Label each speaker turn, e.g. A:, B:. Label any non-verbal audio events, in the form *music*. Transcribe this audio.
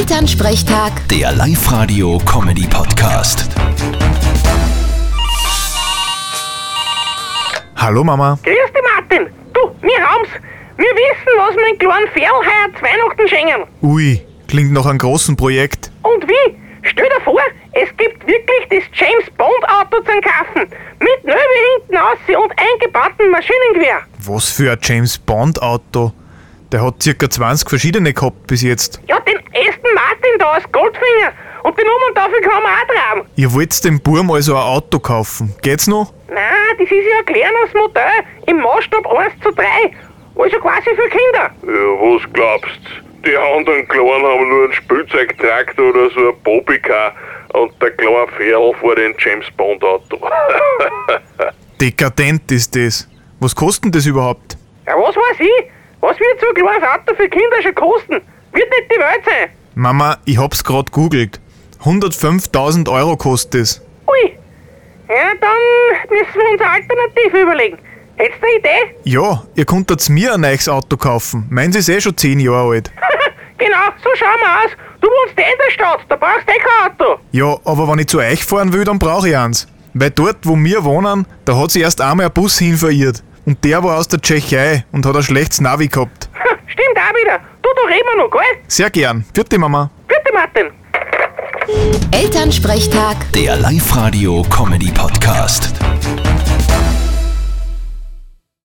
A: Elternsprechtag,
B: Der Live-Radio-Comedy-Podcast.
C: Hallo Mama.
D: Grüß dich, Martin. Du, wir haben's. Wir wissen, was wir den kleinen Ferl heuer zu Weihnachten schenken.
C: Ui, klingt nach einem großen Projekt.
D: Und wie? Stell dir vor, es gibt wirklich das James Bond Auto zum Kaufen. Mit Nöbel hinten aussehen und eingebauten Maschinengewehr.
C: Was für ein James Bond Auto. Der hat circa 20 verschiedene gehabt bis jetzt.
D: Ja, den Aston Martin da aus Goldfinger. Und den um und dafür kann man auch traben.
C: Ihr wollt dem Burm also ein Auto kaufen. Geht's noch?
D: Nein, das ist ja ein kleines Modell im Maßstab 1 zu 3. Also quasi für Kinder.
E: Ja, Äh, was glaubst Die anderen Kleinen haben nur einen Spielzeugtraktor oder so ein Bobbycar und der kleine Ferl vor den James Bond *laughs* Auto.
C: Dekadent ist das. Was kostet denn das überhaupt?
D: Ja, was weiß ich? Was wird so ein kleines Auto für Kinder schon kosten? Wird nicht die Welt sein.
C: Mama, ich hab's grad googelt. 105.000 Euro kostet es.
D: Ui, ja, dann müssen wir uns eine Alternative überlegen. Hättest du eine Idee?
C: Ja, ihr konntet mir ein neues Auto kaufen. Meins ist eh schon 10 Jahre alt.
D: genau, so schauen wir aus. Du wohnst eh in der Stadt, da brauchst du eh kein Auto. *laughs*
C: Ja, aber wenn ich zu euch fahren will, dann brauche ich eins. Weil dort, wo wir wohnen, da hat sich erst einmal ein Bus hin verirrt. Und der war aus der Tschechei und hat ein schlechtes Navi gehabt.
D: Stimmt auch wieder. Du, da reden wir noch, gell?
C: Sehr gern. Vierte Mama.
D: Bitte, Martin.
A: Elternsprechtag.
B: Der Live-Radio-Comedy-Podcast.